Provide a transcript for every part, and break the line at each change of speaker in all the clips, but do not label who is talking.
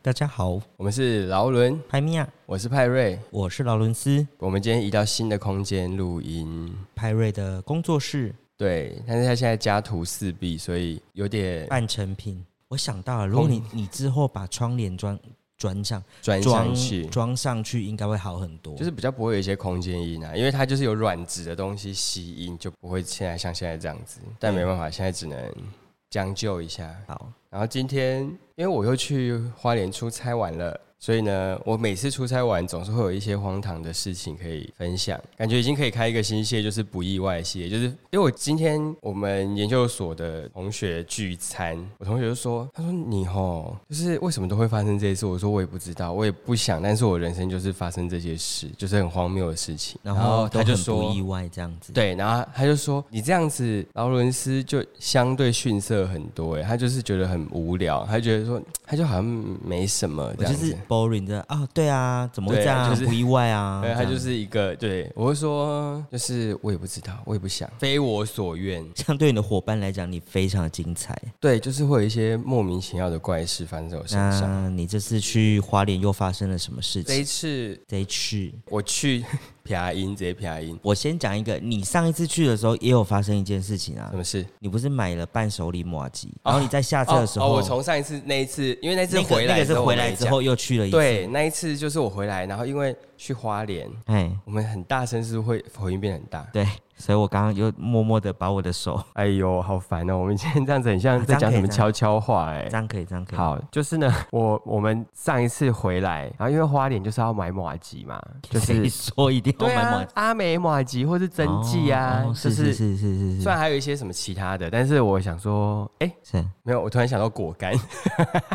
大家好，
我们是劳伦，
派米亚，
我是派瑞。
我是劳伦斯，
我们今天移到新的空间录音，
派瑞的工作室
对，但是他现在家徒四壁，所以有点
半成品。我想到了，如果
哦
你你之后把窗帘装装上，
转上
装
去，
装上去，应该会好很多。
就是比较不会有一些空间音啊，因为它就是有软质的东西吸音，就不会现在像现在这样子。但没办法，现在只能将就一下。
好，
然后今天因为我又去花莲出差玩了。所以呢，我每次出差玩总是会有一些荒唐的事情可以分享，感觉已经可以开一个新系列，就是不意外系列。就是因为我今天我们研究所的同学聚餐，我同学就说，他说你吼，就是为什么都会发生这些事？我说我也不知道，我也不想，但是我 人生就是发生这些事，就是很荒谬的事情。
然后都
他
很
就
不
说
意，外这样子。，
对，然后他就说你这样子，劳伦斯就相对逊色很多，哎，他就是觉得很无聊，他觉得说他就好像没什么
我就
这样子
是。boring 的啊，对啊，怎么会
对
这样？
就是
不意外啊，
对，他
这样
就是一个，对我会说，就是我也不知道，我也不想，非我所愿。
相对你的伙伴来讲，你非常的精彩。
对，就是会有一些莫名其妙的怪事发生在我身上。
那你这次去花莲又发生了什么事
这
情
一？次
这一次
我去 啪音，直接啪音，
我先讲一个，你上一次去的时候也有发生一件事情啊
什，么事？
你不是买了伴手礼抹吉，
哦
然后你在下车的啊时候，
哦，我从上一次那一次，因为那次
那个
回来
那个
之
是
后
回
我
来
没
之
讲
后又去了一次，
对，那一次就是我回来，然后因为去花莲，
哎，
我们很大声是会回音变很大。
对，所以我刚刚又默默的把我的手，
哎呦，好烦哦！我们今天这样子很像
啊
在讲
这样
什
可以
么
这样
悄悄话哎、
这样可以，这样可以，，
好，就是呢， 我我们上一次回来，然后因为花莲就是要买马吉嘛，就
谁
是
说一定要
对
买
啊
马，
阿美马吉或是真迹啊，
哦哦
就是
是是是是
虽
是
然还有一些什么其他的，但是我想说，哎、
是，
没有，我突然想到果干，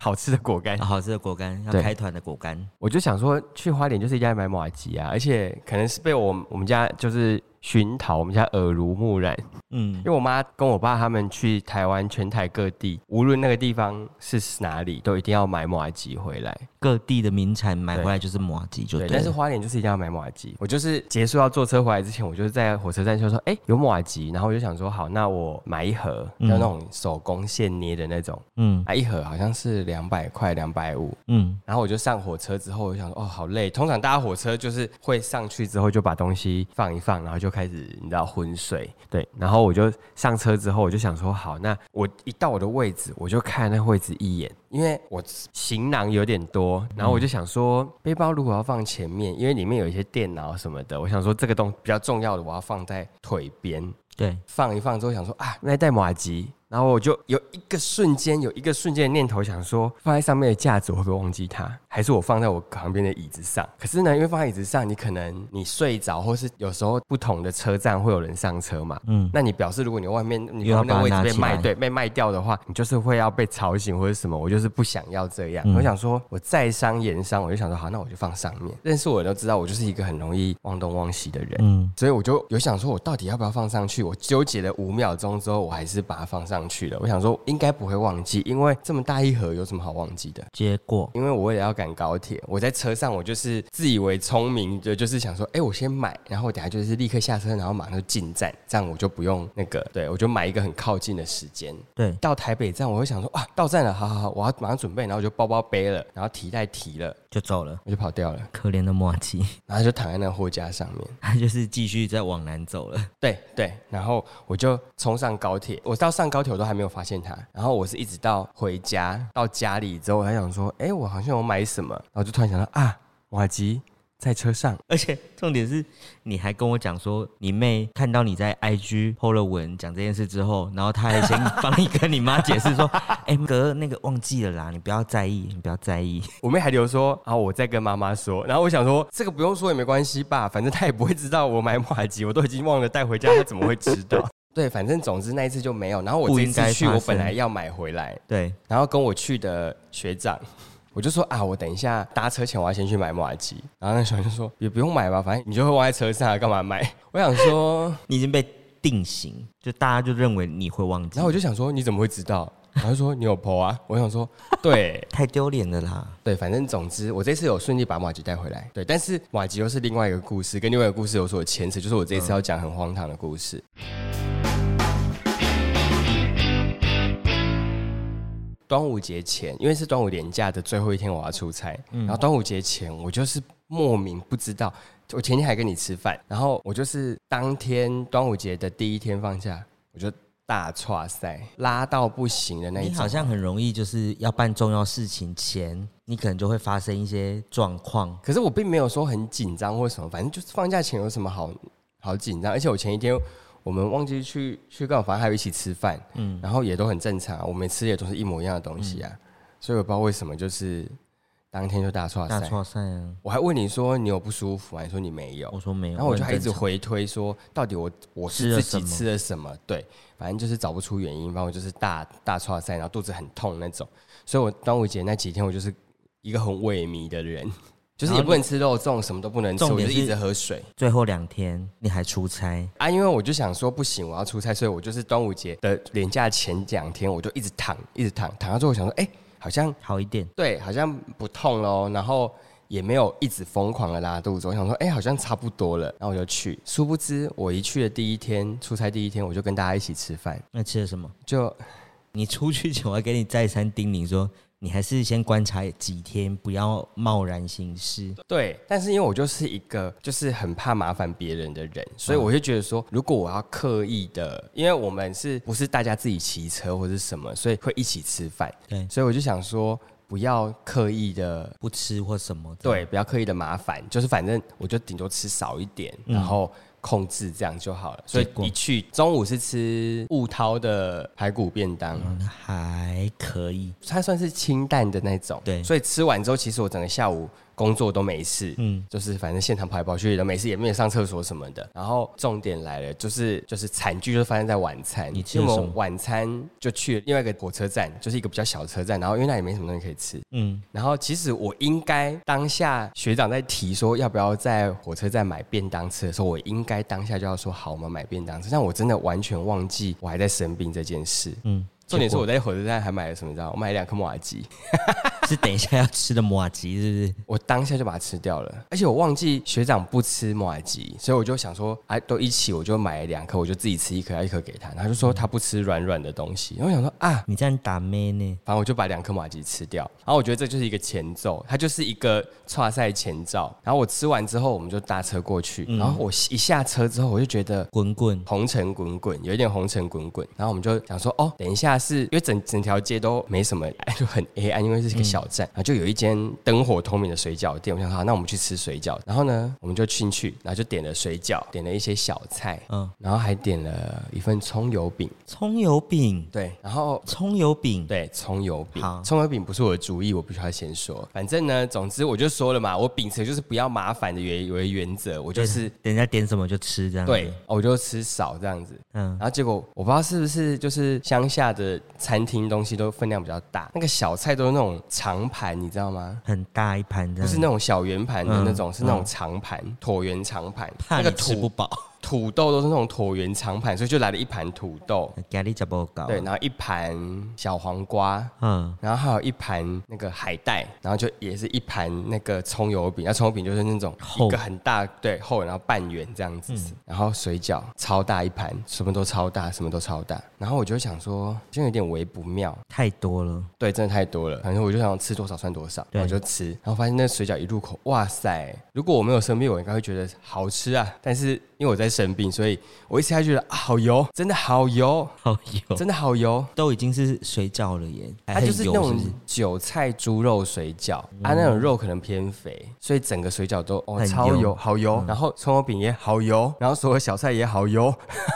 好吃的果干
啊，好吃的果干，要
对
开团的果干，
我就想说去花莲就是一定要买马吉啊，而且可能是被我我们家就是熏陶，我们家耳濡目染，
嗯
因为，我妈跟我爸他们去台湾全台各地，无论那个地方是哪里，都一定要买马吉回来。
各地的名产买
对
回来就是马吉就
对，
了
但是花莲就是一定要买马吉。我就是结束要坐车回来之前，我就是在火车站就说，哎、有马吉，然后我就想说，好，那我买一盒，
嗯
要那种手工现捏的那种，
嗯
啊，一盒好像是两百块，两百五。
嗯，
然后我就上火车之后，我就想说，哦，好累。通常搭火车就是会上去之后就把东西放一放，然后就开始你知道昏睡。对，然后我就上车之后，我就想说，好，那我一到我的位置，我就看那位置一眼，因为我行囊有点多，然后我就想说，背包如果要放前面，因为里面有一些电脑什么的，我想说这个东比较重要的，我要放在腿边。
对，
放一放之后想说啊，那一袋马吉，然后我就有一个瞬间，有一个瞬间的念头想说，放在上面的架子我会不会忘记它？还是我放在我旁边的椅子上？可是呢，因为放在椅子上，你可能你睡着，或是有时候不同的车站会有人上车嘛。
嗯，
那你表示，如果你外面你
又嗯要
旁
把它
边的位置
拿
被
起
卖，
来
对，被卖掉的话，你就是会要被吵醒或者什么。我就是不想要这样。
嗯
我想说，我再商言商，我就想说，好，那我就放上面。认识我的都知道，我就是一个很容易忘东忘西的人。
嗯，
所以我就有想说，我到底要不要放上去？我纠结了五秒钟之后，我还是把它放上去了。我想说，应该不会忘记，因为这么大一盒有什么好忘记的？
结果
因为我也要赶高铁，我在车上我就是自以为聪明的，就是想说，哎、我先买，然后我等下就是立刻下车，然后马上就进站，这样我就不用那个，对我就买一个很靠近的时间。
对，
到台北站，我会想说，啊，到站了，好好好，我要马上准备，然后我就包包背了，然后提袋提了，
就走了。
我就跑掉了，
可怜的马吉，
然后就躺在那个货架上面。
他就是继续在往南走了。
对对，然后我就冲上高铁，我到上高铁我都还没有发现他，然后我是一直到回家，到家里之后，我还想说，哎，我好像有买什么，然后就突然想到啊，瓦吉在车上，
而且重点是，你还跟我讲说，你妹看到你在 IG po 了文讲这件事之后，然后她还先帮你跟你妈解释说：“ 哎、哥，那个忘记了啦，你不要在意，你不要在意。
我妹还留说啊，我在跟妈妈说，然后我想说这个不用说也没关系吧，反正她也不会知道我买瓦吉，我都已经忘了带回家，她怎么会知道？ 对，反正总之那一次就没有，然后我
不
这一
应该
次去，
发
我
生
本来要买回来，”
对，
然后跟我去的学长，我就说啊，我等一下搭车前我要先去买马吉。然后那小孩就说也不用买吧，反正你就会忘在车上，干嘛买？ 我想说，
你已经被定型，就大家就认为你会忘记
然后，我就想说你怎么会知道？然后就说你有 PO 啊？我想说对。
太丢脸了啦。
对，反正总之，我这次有顺利把马吉带回来。对，但是马吉又是另外一个故事，跟另外一个故事有所牵扯，就是我
嗯
这一次要讲很荒唐的故事。端午节前，因为是端午连假的最后一天，我要出差。
嗯
然后端午节前，我就是莫名不知道，我前天还跟你吃饭，然后我就是当天端午节的第一天放假，我就大岔赛，拉到不行的那一
你
种。啊
好像很容易就是要办重要事情前，你可能就会发生一些状况。
可是我并没有说很紧张或什么，反正就是放假前有什么好好紧张。而且我前一天我们忘记去去干嘛，反正还有一起吃饭，嗯，然后也都很正常啊，我们吃的也都是一模一样的东西
嗯
啊，所以我不知道为什么就是当天就大错
大
赛。
错赛啊！
我还问你说你有不舒服吗？你说你没有
我，说没有，
然后我就还一直
很正常
回推说到底我我
吃
是
了
自己
什么
吃了什么？对，反正就是找不出原因，反正我就是大大错赛，然后肚子很痛那种。所以我端午节那几天我就是一个很萎靡的人，就是也不能吃肉粽，什么都不能吃，
重
我就
点
是一直
是
喝水。
最后两天你还出差，
啊，因为我就想说不行，我要出差，所以我就是端午节的连假前两天，我就一直躺，一直躺，躺到最后我想说，哎、好像
好一点。
对，好像不痛喽，然后也没有一直疯狂的拉肚子。我想说，哎、好像差不多了，然后我就去。殊不知，我一去的第一天，出差第一天，我就跟大家一起吃饭，
那吃了什么？
就
你出去前，我还给你再三叮咛说，你还是先观察几天，不要贸然行事。
对。但是因为我就是一个就是很怕麻烦别人的人，所以我就觉得说，如果我要刻意的，因为我们是不是大家自己骑车或是什么，所以会一起吃饭，
对，
所以我就想说，不要刻意的
不吃或什么的。
对，不要刻意的麻烦，就是反正我就顶多吃少一点，然后控制这样就好了。所以
嗯结果
一去中午是吃雾涛的排骨便当，
嗯，还可以。
它算是清淡的那种。
对
所以吃完之后，其实我整个下午工作都没事。
嗯，
就是反正现场跑来跑去的，没事也没有上厕所什么的。然后重点来了，就是就是惨剧就发生在晚餐。
你吃了
因为我
什么
晚餐就去了另外一个火车站，就是一个比较小的车站，然后因为那里没什么东西可以吃，
嗯，
然后其实我应该当下学长在提说要不要在火车站买便当吃的时候，我应该当下就要说好，我们买便当吃。但我真的完全忘记我还在生病这件事。
嗯，
重点是我在火车站还买了什么？你知道吗？我买了两颗马吉，
是等一下要吃的马吉，是不是？
我当下就把它吃掉了。而且我忘记学长不吃马吉，所以我就想说，哎、都一起，我就买了两颗，我就自己吃一颗，要一颗给他。然后他就说他不吃软软的东西，然后我想说啊，
你这样打妹呢？
反正我就把两颗马吉吃掉。然后我觉得这就是一个前奏，它就是一个跨赛前兆。然后我吃完之后，我们就搭车过去。然后我一下车之后，我就觉得。
滚滚，
红尘滚滚，有一点红尘滚滚。然后我们就想说，哦，等一下是因为整整条街都没什么， 就很黑暗，因为是一个小站。然后就有一间灯火通明的水饺店，我想好，那我们去吃水饺。然后呢，我们就进去，然后就点了水饺，点了一些小菜，
嗯，
然后还点了一份葱油饼。
葱油饼，
对，然后
葱油饼，
对，葱油饼
好，
葱油饼不是我的主意，我必须要先说。反正呢，总之我就说了嘛，我秉持就是不要麻烦的原为原则，我就是
等一下点什么就吃这样。
对，，哦我就吃少这样子。
嗯
然，后结果我不知道是不是就是乡下的餐厅东西都分量比较大，那个小菜都是那种长盘，你知道吗？
很大一盘这
不
样。
是那种小圆盘的
嗯
那种，是那种
嗯
长盘，椭圆长盘。
怕
那
你
个
吃不
土
饱，
土豆都是那种椭圆长盘，所以就来了一盘土豆，
咖喱吃不饱。
对，，然后一盘小黄瓜，
嗯，
然后还有一盘那个海带，然后就也是一盘那个葱油饼，那葱油饼就是那种
厚
一个很大对厚，然后半圆这样子，然后水饺超大一盘，什么都超大，什么都超大。然后我就想说，就有点微不妙，
太多了。
对，真的太多了。反正我就想吃多少算多少，
对
然后我就吃，然后发现那水饺一入口，哇塞！如果我没有生病，我应该会觉得好吃啊。但是因为我在生病，所以我一吃下去觉得、啊、好油，真的好油，
好油，
真的好油。
哦都已经是水饺了耶，还哎
它
很
就是那
油
种
不是嗯
韭菜猪肉水饺、啊，那种肉可能偏肥，所以整个水饺都哦
很
超
油嗯
油，好油，然后葱油饼也好油，然后所有小菜也好油，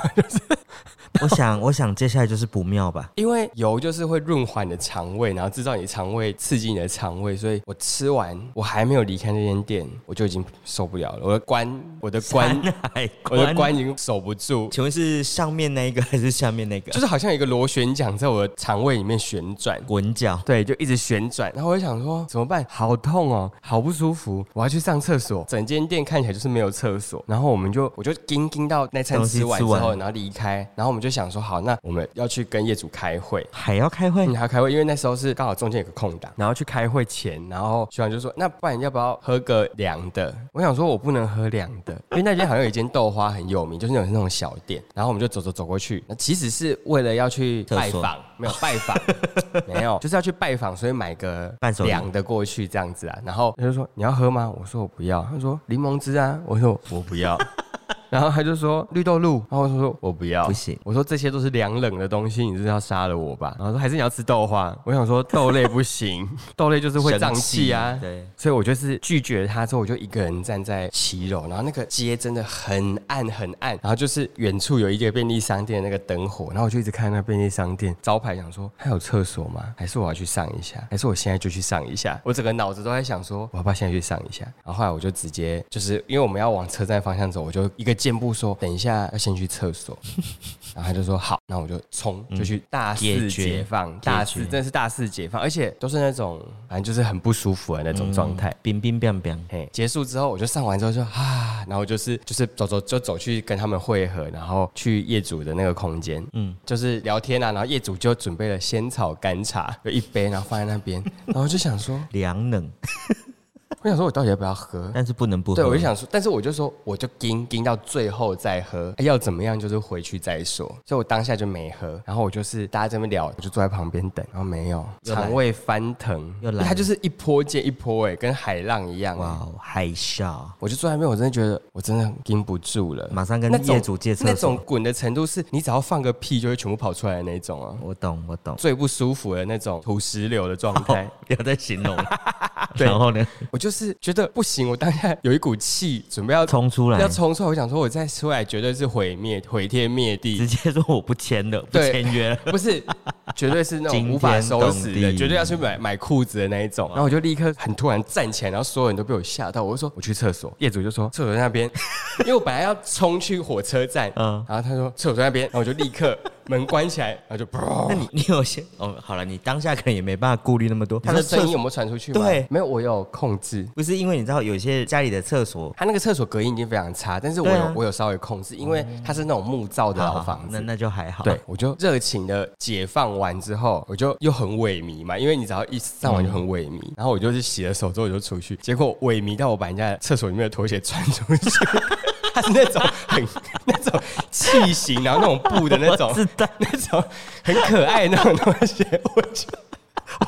我想，我想接下来就是不妙吧。
因为油就是会润滑你的肠胃，然后制造你的肠胃，刺激你的肠胃，所以我吃完我还没有离开那间店，我就已经受不了了，我的关我的 关
山海
我的关已经守不住。
请问是上面那一个还是下面那个？
就是好像有一个螺旋桨在我的肠胃里面旋转，
滚脚，
对，就一直旋转。然后我就想说怎么办？好痛哦，好不舒服，我要去上厕所。整间店看起来就是没有厕所。然后我们就我就盯盯到那餐
东西
吃完
吃
之
完
后，然后离开。然后我们就就想说，好，那我们要去跟业主开会。
还要开会
你？还要开会，因为那时候是刚好中间有个空档，然后去开会前，然后学长就说：“那不然要不要喝个凉的？”我想说，我不能喝凉的，因为那边好像有一间豆花很有名，就是那种那种小店。然后我们就走走走过去，那其实是为了要去
厕
拜
所
访，没有拜访， 没有，就是要去拜访，所以买个
伴手礼
凉的过去这样子啊。然后他就说：“你要喝吗？”我说：“我不要。”他说：“柠檬汁啊。”我说：“我不要。”然后他就说绿豆露，然后我就说我不要，
不行
我说这些都是凉冷的东西，你是要杀了我吧？然后说还是你要吃豆花。我想说豆类不 行，豆类就是会胀气啊
神。奇对，
所以我就是拒绝他之后，我就一个人站在骑楼，然后那个街真的很暗很暗，然后就是远处有一个便利商店的那个灯火，然后我就一直看那便利商店招牌，想说还有厕所吗？还是我要去上一下？还是我现在就去上一下？我整个脑子都在想说，我要不要现在去上一下？然后后来我就直接就是因为我们要往车站方向走，我就一个箭步说等一下要先去厕所，然后他就说好，那我就冲就去大
解
肆
决
解放，大肆
解决
真的是大肆解放，而且都是那种反正就是很不舒服的那种状态。
冰冰冰冰，
嘿，结束之后我就上完之后就啊，然后就是就是走走就走去跟他们会合，然后去业主的那个空间，嗯，就是聊天啊，然后业主就准备了仙草干茶，有一杯，然后放在那边，然后就想说，
凉冷，
我想说我到底要不要喝？
但是不能不喝。
对，我就想说，但是我就说，我就盯盯到最后再喝，哎要怎么样就是回去再说。所以我当下就没喝，然后我就是大家这边聊，我就坐在旁边等，然后没有，
又来
肠胃翻腾，
又来了
它就是一波接一波，哎，跟海浪一样，
哇，海啸，
我就坐在那边，我真的觉得我真的盯不住了。
马上跟
嗯那种
业主借厕所
那种滚的程度是，你只要放个屁就会全部跑出来的那种啊，
我懂，我懂。哦
最不舒服的那种土石流的状态。
不要再形容了。
对
然后呢，
我就是觉得不行，我当下有一股气准备要
冲出来
要，冲出来，我想说我再出来绝对是毁灭、毁天灭地
直，接说我不签了，不
对
签约 了。
不是，绝对是那
惊
种
天
无法收拾
动
的，
地嗯
绝对要去买买裤子的那一种。然后我就立刻很突然站起来，然后所有人都被我吓到。我就说我去厕所，业主就说厕所在 那边，因为我本来要冲去火车站，嗯
嗯，
然后他说厕所在那边，然后我就立刻门关起来，然后就
那
砰。
你你有些哦，好了，你当下可能也没办法顾虑那么多。
他的
你说
声音
厕
有没有传出去吗？
对
没有，我有控制。
不是因为你知道有些家里的厕所，
他那个厕所隔音已经非常差，但是我
对
有、
啊哦
我有稍微控制，因为它是那种木造的
好
老
好
房
好
子，
那那就还好。
对，，我就热情的解放完之后，我就又很萎靡嘛，因为你只要一上完就很萎靡，然后我就去洗了手之后我就出去，结果萎靡到我把人家厕所里面的拖鞋穿出去， 它是那种很 那种器型，然后那种布的那种
我知道
那种很可爱的那种拖鞋，我就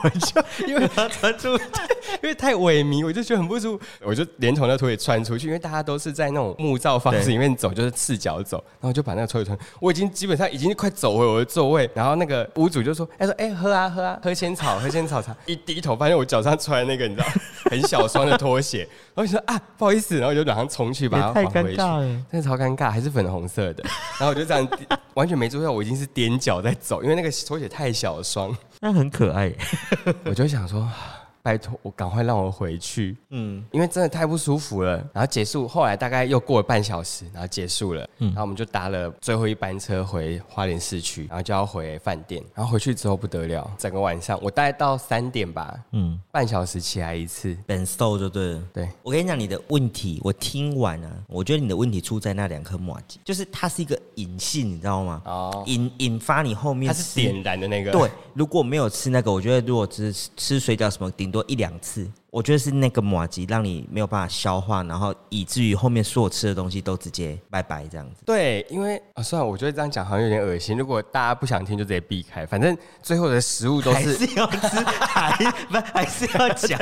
我就因为
传出
因为太萎靡，我就觉得很不舒服，我就连同那拖鞋穿出去，因为大家都是在那种木造房子里面走，就是赤脚走，然后我就把那个拖鞋穿，我已经基本上已经快走回我的座位，然后那个屋主就说：“他说哎、喝啊喝啊，喝仙草，喝仙草茶。” 一低头发现我脚上穿的那个你知道很小双的拖鞋，然后我就说啊不好意思，然后 我就马上冲去把它还
也太
回去
尴尬了，
真的超尴尬，还是粉红色的，然后我就这样完全没注意到我已经是踮脚在走，因为那个拖鞋太小双。
那很可爱。
我就想说，啊拜托我赶快让我回去，嗯，因为真的太不舒服了。然后结束，后来大概又过了半小时，然后结束了，然后我们就搭了最后一班车回花莲市区，然后就要回饭店。然后回去之后不得了，整个晚上我大概到三点吧，嗯，半小时起来一次，
本受就对了。
对，
我跟你讲，你的问题我听完了、啊，我觉得你的问题出在那两颗马吉，就是它是一个引信，你知道吗？
哦
引引发你后面
它是
吃
点燃的那个，
对，如果没有吃那个，我觉得如果只是吃水饺什么，顶多一两次，我觉得是那个马吉让你没有办法消化，然后以至于后面所有吃的东西都直接拜拜这样子。
对，因为啊，算了，我觉得这样讲好像有点恶心。如果大家不想听，就直接避开。反正最后的食物都
还
是
是要吃，还 不还是要 讲，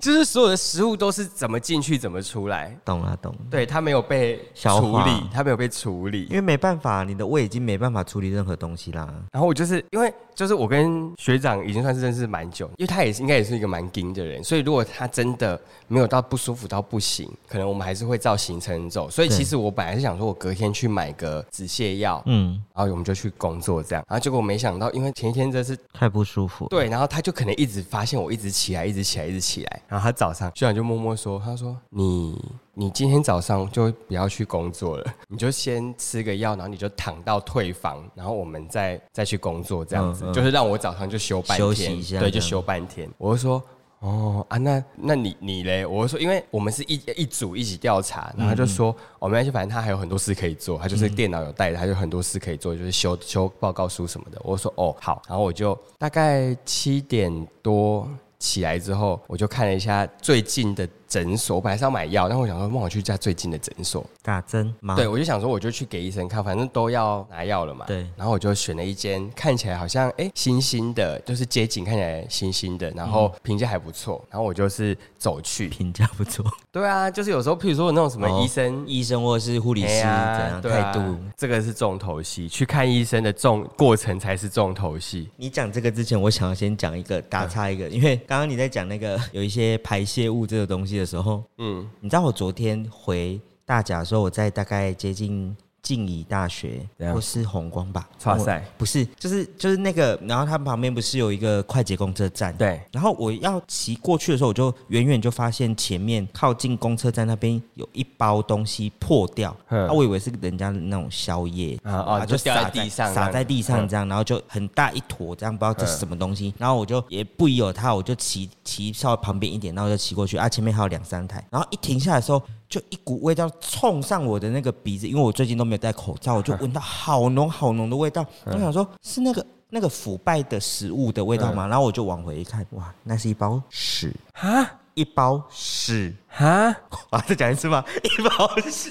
就是所有的食物都是怎么进去，怎么出来。
懂了懂了，
对，它没有被
消
处
化
理，它没有被处
因
理。
为没办法，你的胃已经没办法处理任何东西啦。
然后我就是因为就是我跟学长已经算是认识蛮久，因为他也是应该也是一个蛮硬的人，所以如果他真的没有到不舒服到不行，可能我们还是会照行程走。所以
对
其实我本来是想说我隔天去买个止泻药，
嗯，
然后我们就去工作这样。然后结果没想到，因为前一天真是
太不舒服。
对，然后他就可能一直发现我一直起来，一直起来，一直起来。然后他早上学长就默默说：“他说你你今天早上就不要去工作了，你就先吃个药，然后你就躺到退房，然后我们再再去工作，这样子、
嗯嗯
就是让我早上就休半天，
休息一下
对，
这
就
样
休半天。”我就说。哦啊，那那你你嘞？我说，因为我们是一一组一起调查，
嗯
然后他就说，哦我们要去，反正他还有很多事可以做，他就是电脑有带，他就很多事可以做，就是修修报告书什么的。我说哦好，然后我就大概七点多起来之后，我就看了一下最近的诊所，我本来是要买药，但我想说，帮我去一家最近的诊所，
打针吗？
对，我就想说，我就去给医生看，反正都要拿药了嘛。
对
然后我就选了一间看起来好像哎新新的，就是街景看起来新新的，然后评价还不错，然后我就是走去。
评价不错。
对啊，就是有时候，譬如说有那种什么
哦
医生。
医生或者是护理师
哎
怎
呀
样
对
态
啊
度？
这个是重头戏。去看医生的重过程才是重头戏。
你讲这个之前，我想要先讲一个打岔一个，因为刚刚你在讲那个有一些排泄物这个东西的时候，
嗯，
你知道我昨天回大甲的时候，我在大概接近静宜大学
怎样
或是红光吧，
哇塞，
不是，就是就是那个，然后它旁边不是有一个快捷公车站？。
对，
然后我要骑过去的时候，我就远远就发现前面靠近公车站那边有一包东西破掉，
嗯
啊，我以为是人家那种宵夜，
啊哦
它
就掉在
撒
地上这
撒
样
在地上
嗯
这样，然后就很大一坨这样，不知道这是什么东西。然后我就也不疑有他，我就骑骑稍微旁边一点，然后就骑过去啊，前面还有两三台，然后一停下来的时候。就一股味道冲上我的那个鼻子，因为我最近都没有戴口罩，我就闻到好浓好浓的味道。我想说，是那个那个腐败的食物的味道吗？然后我就往回一看，哇，那是一包屎
啊
一包屎，
啊，
啊，再讲一次吗？一包屎，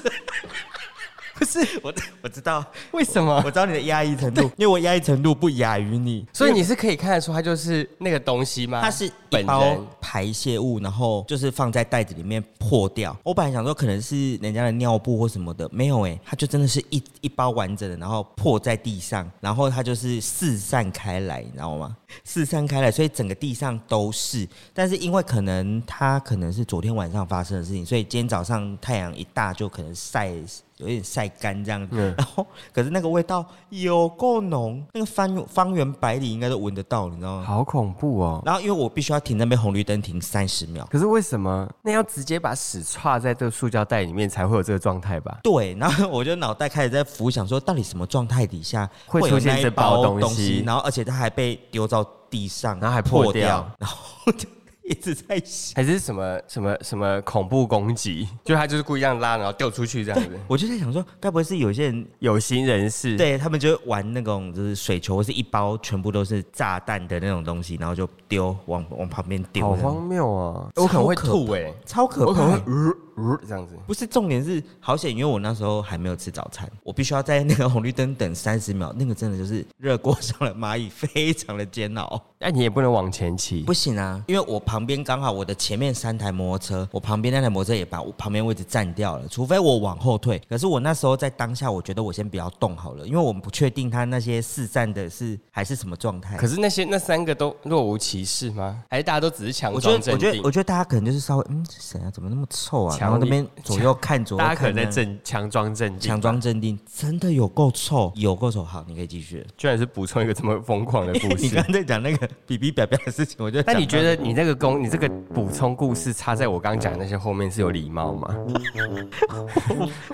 不是我，我知道，
为什么
我？知道你的压抑程度，因为我压抑程度不亚于你，
所以你是可以看得出它就是那个东西吗？
它是一
本
包
人
排泄物，然后就是放在袋子里面破掉。我本来想说可能是人家的尿布或什么的，没有哎、它就真的是一一包完整的，然后破在地上，然后它就是四散开来，你知道吗？四散开来，所以整个地上都是。但是因为可能它可能是昨天晚上发生的事情，所以今天早上太阳一大就可能晒。有点晒干这样子，然后可是那个味道有够浓，那个方方圆百里应该都闻得到，你知道吗？
好恐怖哦。
然后因为我必须要停那边红绿灯停三十秒，
可是为什么？那要直接把屎插在这个塑胶袋里面才会有这个状态吧？
对，然后我就脑袋开始在浮想说，到底什么状态底下
会
有
出现
那一
这包
包
东
东
西
然后而且它还被丢到地上，
然后还破
破
掉
然后就 一直在想。
还是什么什么什么恐怖攻击？就他就是故意让拉，然后掉出去这样子。
我就在想说，该不会是有些人
有心人士，，
对他们就会玩那种就是水球，或是一包全部都是炸弹的那种东西，然后就丢往往旁边丢，
好
这样
荒谬哦！
超
我可能会
可
吐哎、
超可怕。
我可能会呜呜、这样子。
不是重点是好险，因为我那时候还没有吃早餐，我必须要在那个红绿灯等三十秒，那 个真的就是热锅上了蚂蚁，非常的煎熬。
哎，你也不能往前骑
不，行啊，因为我旁边刚好我的前面三台摩托车，我旁边那台摩托车也把我旁边位置占掉了，除非我往后退。可是我那时候在当下，我觉得我先不要动好了，因为我们不确定他那些四站的是还是什么状态
可。是那些那三个都若无其事吗？还是大家都只是强
我觉
装
得，我
镇
觉得，
定
我？觉得大家可能就是稍微，嗯，是谁啊？怎么那么臭啊？然后
强
那边
力
左右看，左右看
大家
啊，
可能在镇强装镇定，
强装镇定，真的有够臭，有够臭。好，你可以继续。
居然是补充一个这么疯狂的故
你
事
刚。刚在讲那个比比表表的事情，我就
但你
想
觉得你这个公，你这个补充故事插在我刚刚讲的那些后面是有礼貌吗？
嗯到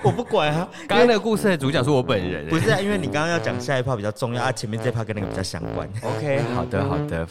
我不管啊，
刚刚那个故事的主角是我本人、欸
不是啊，因为你刚刚要讲下一趴比较重要啊，前面这趴跟那个比较相关。
OK，好的好的。